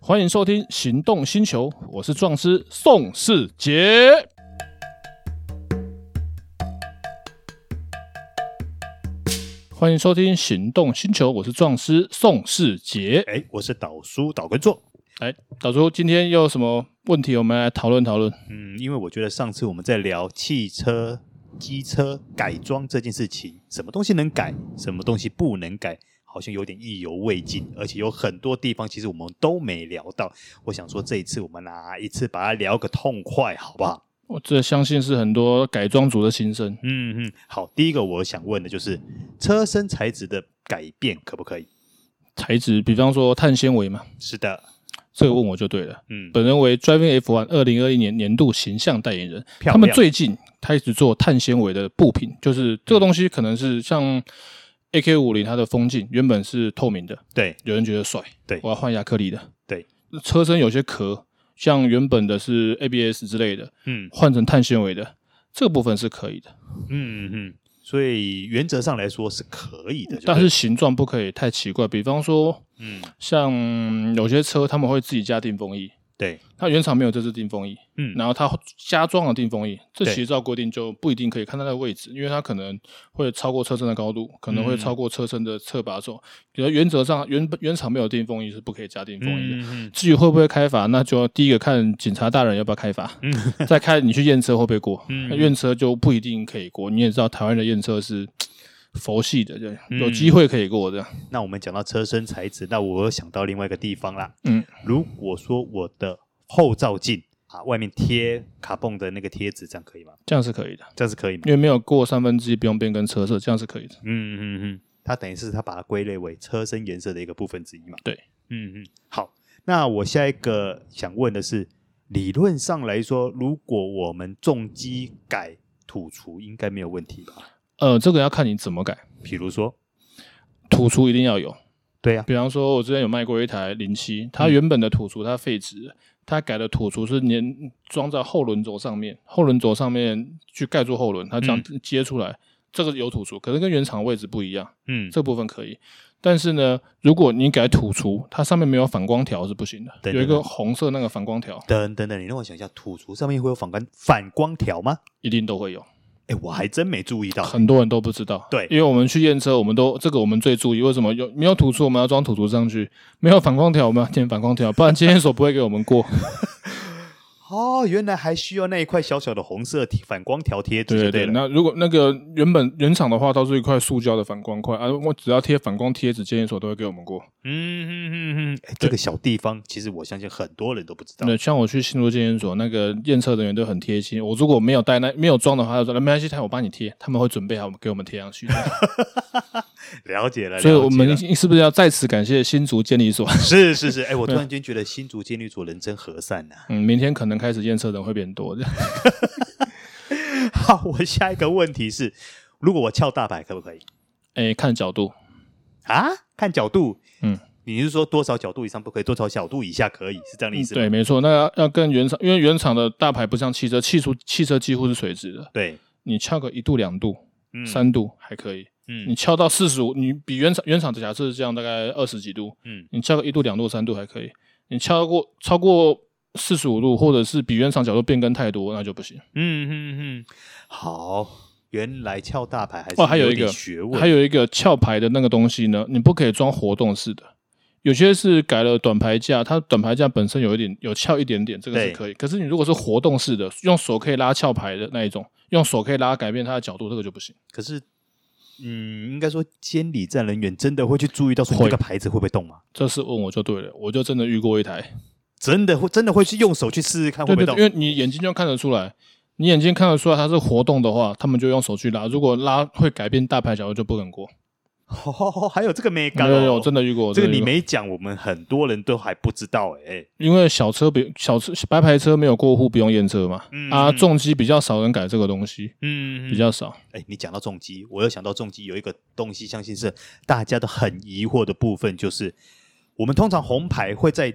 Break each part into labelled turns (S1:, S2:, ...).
S1: 欢迎收听《行动星球》，我是壮师宋世杰。欢迎收听《行动星球》，我是壮师宋世杰。
S2: 哎，我是导叔导根座。
S1: 哎，导叔，今天又有什么问题？我们来讨论讨论。
S2: 嗯，因为我觉得上次我们在聊汽车、机车改装这件事情，什么东西能改，什么东西不能改，好像有点意犹未尽，而且有很多地方其实我们都没聊到。我想说，这一次我们哪一次把它聊个痛快，好不好？
S1: 我这相信是很多改装族的心声。
S2: 嗯嗯，好。第一个我想问的就是车身材质的改变可不可以？
S1: 材质，比方说碳纤维嘛，
S2: 是的，
S1: 这个问我就对了。
S2: 嗯，
S1: 本人为 Driving F1 二零二一年年度形象代言人。
S2: 漂亮
S1: 他们最近开始做碳纤维的布品，就是这个东西可能是像 AK 五零它的风镜原本是透明的，
S2: 对
S1: 有人觉得帅，
S2: 对
S1: 我要换亚克力的，
S2: 对，
S1: 车身有些壳像原本的是 ABS 之类的，
S2: 嗯
S1: 换成碳纤维的，这个部分是可以的，
S2: 嗯嗯，所以原则上来说是可以的，就
S1: 但
S2: 对
S1: 是形状不可以太奇怪，比方说
S2: 嗯
S1: 像有些车他们会自己加定风翼。
S2: 对，
S1: 它原厂没有这支定风翼，
S2: 嗯
S1: 然后它加装了定风翼，这
S2: 对
S1: 其实照规定就不一定可以看它的位置，因为它可能会超过车身的高度，可能
S2: 嗯
S1: 会超过车身的侧把手。比如原则上原原厂没有定风翼是不可以加定风翼的。
S2: 嗯嗯
S1: 至于会不会开罚，那就第一个看警察大人要不要开罚， 再看你去验车会不会过。
S2: 嗯
S1: 那验车就不一定可以过，你也知道台湾的验车是佛系的，对，
S2: 嗯
S1: 有机会可以过这样。
S2: 那我们讲到车身材质，那我又想到另外一个地方啦。
S1: 嗯，
S2: 如果说我的后照镜啊，外面贴卡蹦的那个贴纸，这样可以吗？
S1: 这样是可以的，
S2: 这样是可以吗？
S1: 因为没有过三分之一不用变更车色，这样是可以的。
S2: 嗯嗯嗯，它等于是它把它归类为车身颜色的一个部分之一嘛。
S1: 对，
S2: 嗯嗯，好。那我下一个想问的是，理论上来说，如果我们重机改土厨，应该没有问题吧？
S1: 呃，这个要看你怎么改。
S2: 比如说，
S1: 土厨一定要有。
S2: 对啊呀、
S1: 比方说，我之前有卖过一台零
S2: 嗯
S1: 七，它原本的土厨它废纸，它改的土厨是粘装在后轮轴上面，后轮轴上面去盖住后轮，它这样
S2: 嗯
S1: 接出来，这个有土厨，可是跟原厂位置不一样，
S2: 嗯，
S1: 这部分可以。但是呢，如果你改土厨，它上面没有反光条是不行的，
S2: 对
S1: 有一
S2: 对
S1: 个
S2: 对
S1: 红色那个反光条
S2: 等等等，你让我想一下，土厨上面会有反光反光条吗？
S1: 一定都会有，
S2: 哎，我还真没注意到。
S1: 很多人都不知道。
S2: 对
S1: 因为我们去验车，我们都这个我们最注意，为什么有没有土厨我们要装土厨上去， 没有反光条我们要填反光条，不然检验所不会给我们 过。
S2: 哦，原来还需要那一块小小的红色贴反光条贴纸
S1: 对
S2: 就
S1: 对对，
S2: 对了。
S1: 那如果那个原本原厂的话，都是一块塑胶的反光块啊，我只要贴反光贴纸，检验所都会给我们过。
S2: 嗯嗯嗯嗯，哎这个小地方其实我相信很多人都不知道。
S1: 对，像我去新竹检验所，那个验车人员都很贴心。我如果没有带那没有装的话，他就说没关系，他我帮你贴，他们会准备好给我们贴上 去。
S2: 了解了，
S1: 所以
S2: 了解
S1: 我们
S2: 了
S1: 是不是要在此感谢新竹监理所？
S2: 是是是，哎，我突然间觉得新竹监狱所人真和善呐、啊
S1: 嗯，明天可能开始验车人会变多的。
S2: 好，我下一个问题是，如果我翘大牌可不可以
S1: 哎，看角度，
S2: 啊？看角度，
S1: 嗯，
S2: 你是说多少角度以上不可以，多少角度以下可以，是这样的意思吗？
S1: 对，没错，那要要跟原厂，因为原厂的大牌不像汽车，汽车汽车几乎是垂直的，
S2: 对，
S1: 你翘个一度两度、
S2: 嗯
S1: 三度还可以。你
S2: 嗯
S1: 翘到四十五，你比原厂原厂的假设是这样，大概二十几度，
S2: 嗯
S1: 你翘个一度、两度、三度还可以。你翘过超过四十五度，或者是比原厂角度变更太多，那就不行。
S2: 嗯嗯嗯，好。原来翘大牌还是
S1: 哦，还有一
S2: 点
S1: 个
S2: 学问，
S1: 还有一个翘牌的那个东西呢，你不可以装活动式的。有些是改了短排架，它短排架本身有一点有翘一点点，这个是
S2: 对
S1: 可以。可是你如果是活动式的，用手可以拉翘排的那一种，用手可以拉改变它的角度，这个就不行。
S2: 可是，嗯，应该说监理站人员真的会去注意到说你
S1: 会
S2: 这个牌子会不会动吗？
S1: 这是问我就对了，我就真的遇过一台，
S2: 真的会真的会去用手去试试看会
S1: 对
S2: 不
S1: 对对，
S2: 会动？
S1: 因为你眼睛就看得出来，你眼睛看得出来它是活动的话，他们就用手去拉。如果拉会改变大牌角度，就不肯过。
S2: 哦，还有这个美
S1: 有
S2: 感
S1: 有
S2: 哦，
S1: 有，真的遇过。
S2: 这个
S1: 真的遇
S2: 你
S1: 过，
S2: 没讲，我们很多人都还不知道哎、
S1: 因为小车比小车白牌车没有过户不用验车嘛，
S2: 嗯
S1: 啊，
S2: 嗯
S1: 重机比较少人改这个东西，
S2: 嗯
S1: 比较少。
S2: 哎、你讲到重机，我又想到重机有一个东西，相信是大家都很疑惑的部分，就是我们通常红牌会在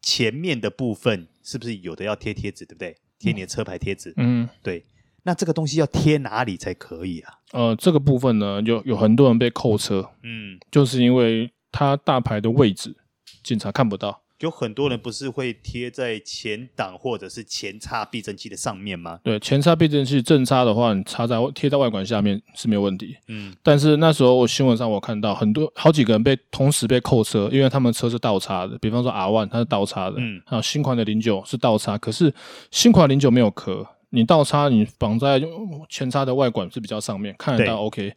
S2: 前面的部分，是不是有的要贴贴纸，对不对？贴你的车牌贴纸，
S1: 嗯，
S2: 对。那这个东西要贴哪里才可以啊？
S1: 呃，这个部分呢，有有很多人被扣车，
S2: 嗯，
S1: 就是因为它大牌的位置警察看不到，
S2: 有很多人不是会贴在前挡或者是前叉避震器的上面吗？
S1: 对，前叉避震器正插的话，你插在贴在外管下面是没有问题。
S2: 嗯，
S1: 但是那时候我新闻上我看到很多好几个人被同时被扣车，因为他们车是倒插的，比方说 R One 它是倒插的，
S2: 嗯，
S1: 还有新款的零九是倒插，可是新款零九没有壳，你倒插你绑在前叉的外管是比较上面看得到 OK。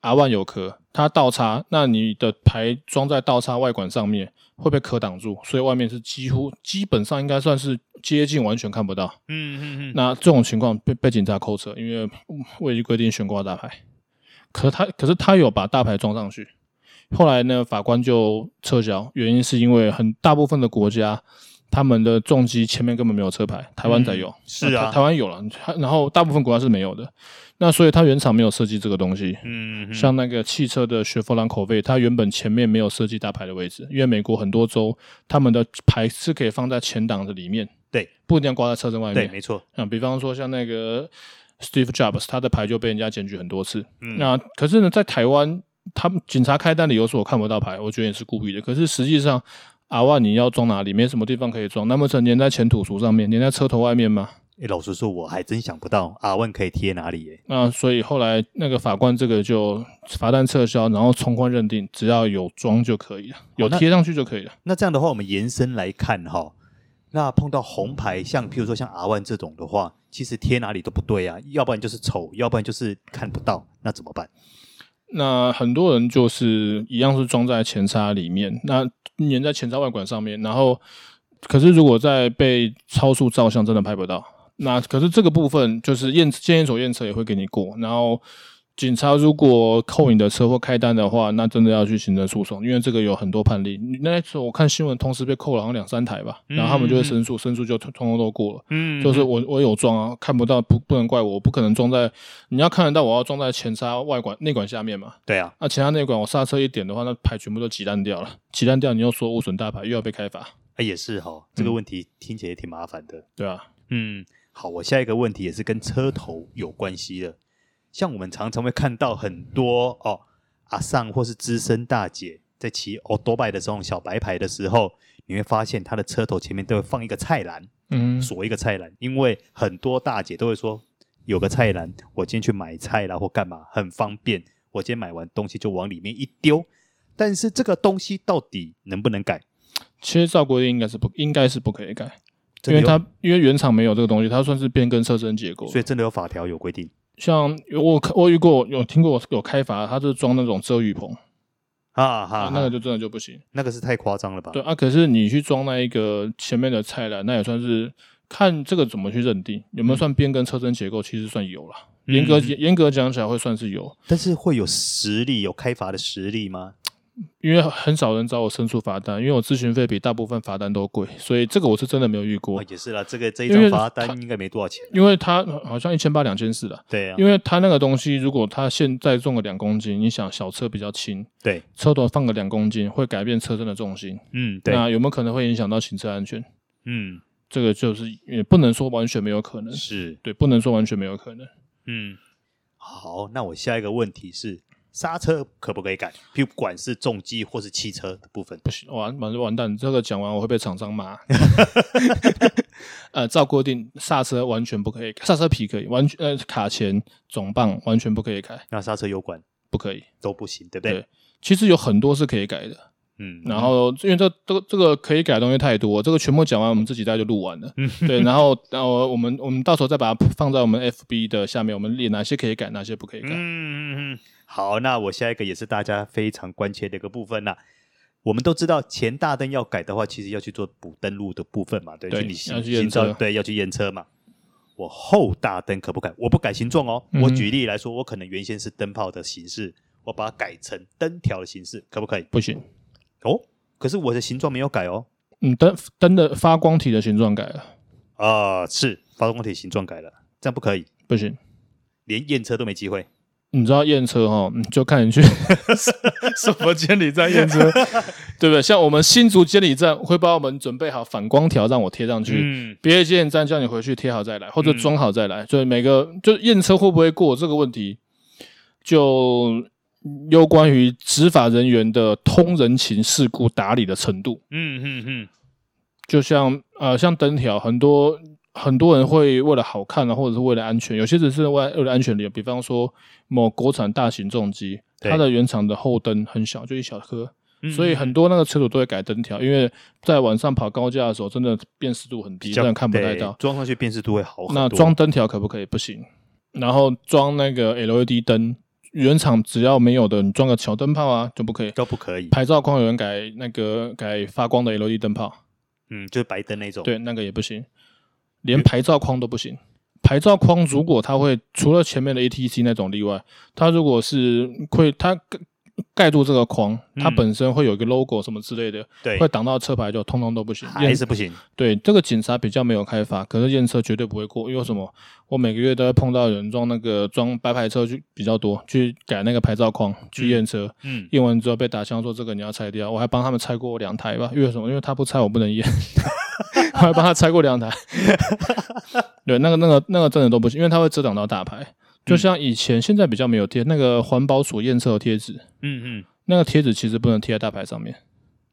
S1: R One 有壳，它倒插，那你的牌装在倒插外管上面会被壳挡住，所以外面是几乎基本上应该算是接近完全看不到。
S2: 嗯嗯嗯，
S1: 那这种情况被被警察扣车，因为未规定悬挂大牌。可是他可是他有把大牌装上去，后来呢，法官就撤销，原因是因为很大部分的国家他们的重机前面根本没有车牌，台湾才有。
S2: 是啊
S1: 台台湾有了，它然后大部分国家是没有的。那所以它原厂没有设计这个东西。
S2: 嗯，嗯
S1: 像那个汽车的雪佛兰口碑，它原本前面没有设计大牌的位置，因为美国很多州他们的牌是可以放在前挡的里面，
S2: 对，
S1: 不一定要挂在车身外面。
S2: 对，没错，
S1: 啊，比方说像那个 Steve Jobs，他的牌就被人家检举很多次。
S2: 嗯
S1: 那可是呢，在台湾，他们警察开单的有所看不到牌，我觉得也是故意的。可是实际上，阿万你要装哪里，没什么地方可以装，那么整粘在前土俗上面，粘在车头外面嘛。
S2: 诶老实说，我还真想不到 R one 可以贴哪里耶、
S1: 那所以后来那个法官这个就罚单撤销，然后从宽认定，只要有装就可以了，有
S2: 哦那
S1: 贴上去就可以了。
S2: 那这样的话，我们延伸来看哈，那碰到红牌，像譬如说像 R one 这种的话，其实贴哪里都不对啊，要不然就是丑，要不然就是看不到，那怎么办？
S1: 那很多人就是一样是装在前叉里面，那粘在前叉外管上面，然后可是如果在被超速照相，真的拍不到。那可是这个部分就是验检验所验车也会给你过，然后警察如果扣你的车或开单的话，那真的要去行政诉讼，因为这个有很多判例。那时候我看新闻，同时被扣了好像两三台吧，然后他们就会申诉，申诉就通通都过了。
S2: 嗯
S1: 就是我我有装啊，看不到不不能怪我，我不可能装在你要看得到，我要装在前叉外管内管下面嘛。
S2: 对啊，
S1: 那其他内管我刹车一点的话，那牌全部都挤烂掉了，挤烂掉你又说污损大牌，又要被开罚，
S2: 啊也是哈，这个
S1: 嗯
S2: 问题听起来也挺麻烦的。
S1: 对啊，
S2: 嗯，好，我下一个问题也是跟车头有关系的。像我们常常会看到很多哦，阿尚或是资深大姐在骑哦多拜的这种小白牌的时候，你会发现她的车头前面都会放一个菜篮，
S1: 嗯
S2: 锁一个菜篮，因为很多大姐都会说有个菜篮，我今天去买菜啦或干嘛很方便，我今天买完东西就往里面一丢。但是这个东西到底能不能改？
S1: 其实照规定应该是不应该是不可以改，
S2: 这
S1: 因
S2: 个
S1: 为
S2: 有
S1: 它因为原厂没有这个东西，它算是变更车身结构。
S2: 所以真的有法条有规定
S1: 像我我遇过有听过有开罚，它就是装那种遮雨棚，
S2: 啊
S1: 啊
S2: 哈，
S1: 那个
S2: 哈
S1: 就真的就不行。
S2: 那个是太夸张了吧？
S1: 对啊，可是你去装那一个前面的菜篮，那也算是看这个怎么去认定，有没有算变更车身结构，其实算有了。严格
S2: 嗯
S1: 严严格讲起来会算是有，
S2: 但是会有实力，有开罚的实力吗？
S1: 因为很少人找我申诉罚单，因为我咨询费比大部分罚单都贵，所以这个我是真的没有遇过
S2: 哦，。也是啦，这个这一
S1: 因为
S2: 张罚
S1: 他
S2: 单应该没多少钱。
S1: 因为它好像一千八两千四了，
S2: 对啊，
S1: 因为它那个东西，如果它现在重个两公斤，你想小车比较轻，
S2: 对，
S1: 车头放个两公斤会改变车身的重心，
S2: 嗯，对，
S1: 那有没有可能会影响到行车安全？
S2: 嗯，
S1: 这个就是也不能说完全没有可能，
S2: 是，
S1: 对，不能说完全没有可能。
S2: 嗯，好，那我下一个问题是，刹车可不可以改？不管是重机或是汽车的部分，
S1: 不行，完完完蛋！这个讲完我会被厂商骂。 呃，照规定，刹车完全不可以改，刹车皮可以，完全呃卡钳、总棒完全不可以改，
S2: 那刹车油管
S1: 不可以。
S2: 都不行，对不对？
S1: 对其实有很多是可以改的，
S2: 嗯，
S1: 然后因为这这个这个可以改的东西太多，这个全部讲完，我们这几代就录完了。
S2: 嗯
S1: 对，然后然后我们我们到时候再把它放在我们 FB 的下面，我们列哪些可以改，哪些不可以改。
S2: 嗯嗯嗯，好，那我下一个也是大家非常关切的一个部分啦、我们都知道前大灯要改的话，其实要去做补登录的部分嘛，对，
S1: 对
S2: 去你
S1: 要
S2: 行
S1: 去验
S2: 行照
S1: 车
S2: 对，要去验车嘛。我后大灯可不改？我不改形状哦。
S1: 嗯
S2: 我举例来说，我可能原先是灯泡的形式，我把它改成灯条的形式，可不可以？
S1: 不行，
S2: 哦，可是我的形状没有改哦。
S1: 嗯，灯灯的发光体的形状改了，
S2: 啊、是发光体形状改了，这样不可以，
S1: 不行。
S2: 连验车都没机会。
S1: 你知道验车哈，你就看你去什么监理站验车，对不对？像我们新竹监理站会帮我们准备好反光条，让我贴上去。
S2: 嗯，
S1: 别的监理站叫你回去贴好再来，或者装好再来。所以每个就验车会不会过这个问题，就有关于执法人员的通人情世故打理的程度。
S2: 嗯嗯嗯，
S1: 就像呃，像灯条，很多很多人会为了好看啊，或者是为了安全，有些只是为为了安全理由。比方说某国产大型重机，
S2: 对
S1: 它的原厂的后灯很小，就一小颗，
S2: 嗯
S1: 所以很多那个车主都会改灯条，因为在晚上跑高架的时候，真的辨识度很低，
S2: 比
S1: 真
S2: 较
S1: 的看不太
S2: 对
S1: 到。
S2: 装上去辨识度会好很多。
S1: 那装灯条可不可以？不行。然后装那个 LED 灯，原厂只要没有的，你装个小灯泡啊就不可以。
S2: 都不可以，
S1: 牌照框有人改那个改发光的 LED 灯泡，
S2: 嗯，就是白灯那种。
S1: 对，那个也不行，连牌照框都不行。牌照框如果它会除了前面的 ATC 那种例外，它如果是会它盖盖住这个框，它
S2: 嗯
S1: 本身会有一个 logo 什么之类的，
S2: 对
S1: 会挡到车牌就通通都不行。
S2: 还是不行。
S1: 对，这个警察比较没有开发，可是验车绝对不会过，因为什么？我每个月都会碰到有人装那个装白牌车去比较多，去改那个牌照框去验车，
S2: 嗯，
S1: 验完之后被打枪说这个你要拆掉，我还帮他们拆过两台吧，因为什么？因为他不拆我不能验， 我还帮他拆过两台。 对，那个那个那个真的都不行，因为它会遮挡到大牌。
S2: 嗯
S1: 就像以前，现在比较没有贴那个环保署验车的贴纸，
S2: 嗯嗯，
S1: 那个贴纸其实不能贴在大牌上面。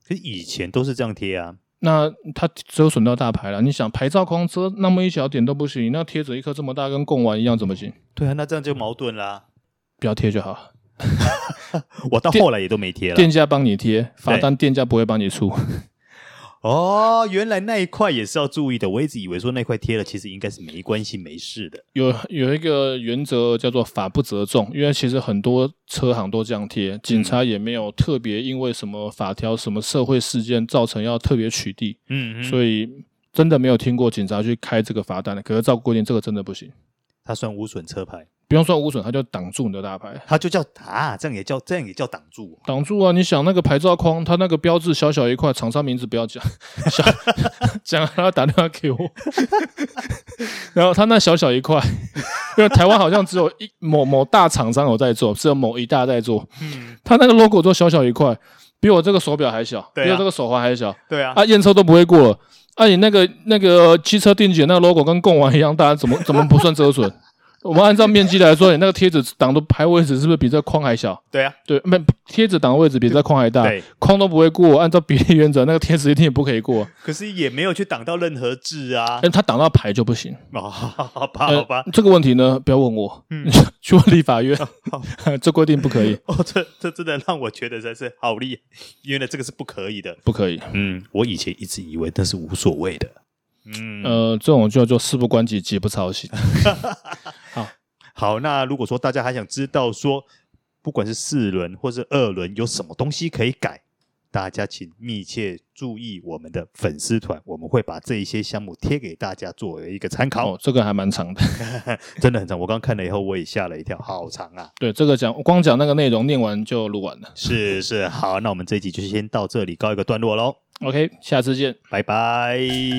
S2: 可是以前都是这样贴啊，
S1: 那它折损到大牌了。你想牌照框遮那么一小点都不行，那贴纸一颗这么大，跟贡丸一样怎么行？
S2: 对啊，那这样就矛盾啦。
S1: 不要贴就好，
S2: 我到后来也都没贴了。
S1: 店家帮你贴，罚单店家不会帮你出。
S2: 哦，原来那一块也是要注意的。我一直以为说那块贴了，其实应该是没关系、没事的。
S1: 有有一个原则叫做法不责众，因为其实很多车行都这样贴，警察也没有特别因为什么法条、什么社会事件造成要特别取缔，
S2: 嗯以
S1: 所以真的没有听过警察去开这个罚单的。可是照规定，这个真的不行，
S2: 它算无损车牌，
S1: 不用算污损，他就挡住你的大牌。
S2: 它就叫啊，这样也叫这样也叫挡住哦、
S1: 挡住啊！你想那个牌照框，它那个标志小小一块，厂商名字不要讲，想 讲他打电话给我，然后他那小小一块，因为台湾好像只有一某某大厂商有在做，只有某一大在做，
S2: 嗯，
S1: 他那个 logo 都小小一块，比我这个手表还小，
S2: 对啊
S1: 比我这个手环还小，
S2: 对啊，
S1: 啊，验车都不会过了，啊，你那个那个汽车定检那个 logo 跟贡丸一样大，怎么怎么不算折损？我们按照面积来说，你那个贴纸挡的牌位置是不是比这框还小？
S2: 对啊，
S1: 对，没贴纸挡的位置比这框还大，
S2: 对。
S1: 框都不会过。按照比例原则，那个贴纸一定也不可以过。
S2: 可是也没有去挡到任何字啊。
S1: 但它挡到牌就不行。
S2: 哦，好吧，
S1: 呃
S2: 好吧，
S1: 这个问题呢，不要问我，
S2: 啊嗯
S1: 去问立法院， 这规定不可以，
S2: 哦，这这真的让我觉得真是好厉害，原来这个是不可以的。
S1: 不可以。
S2: 嗯，我以前一直以为那是无所谓的。嗯，
S1: 呃，这种就叫做事不关己，己不操心。
S2: 好，那如果说大家还想知道说，不管是四轮或是二轮有什么东西可以改，大家请密切注意我们的粉丝团，我们会把这一些项目贴给大家作为一个参考。
S1: 哦，这个还蛮长的。
S2: 真的很长，我刚看了以后我也吓了一跳，好长啊！
S1: 对，这个讲光讲那个内容，念完就录完了。
S2: 是是，好，那我们这一集就先到这里告一个段落喽，
S1: OK，下次见。
S2: 拜拜。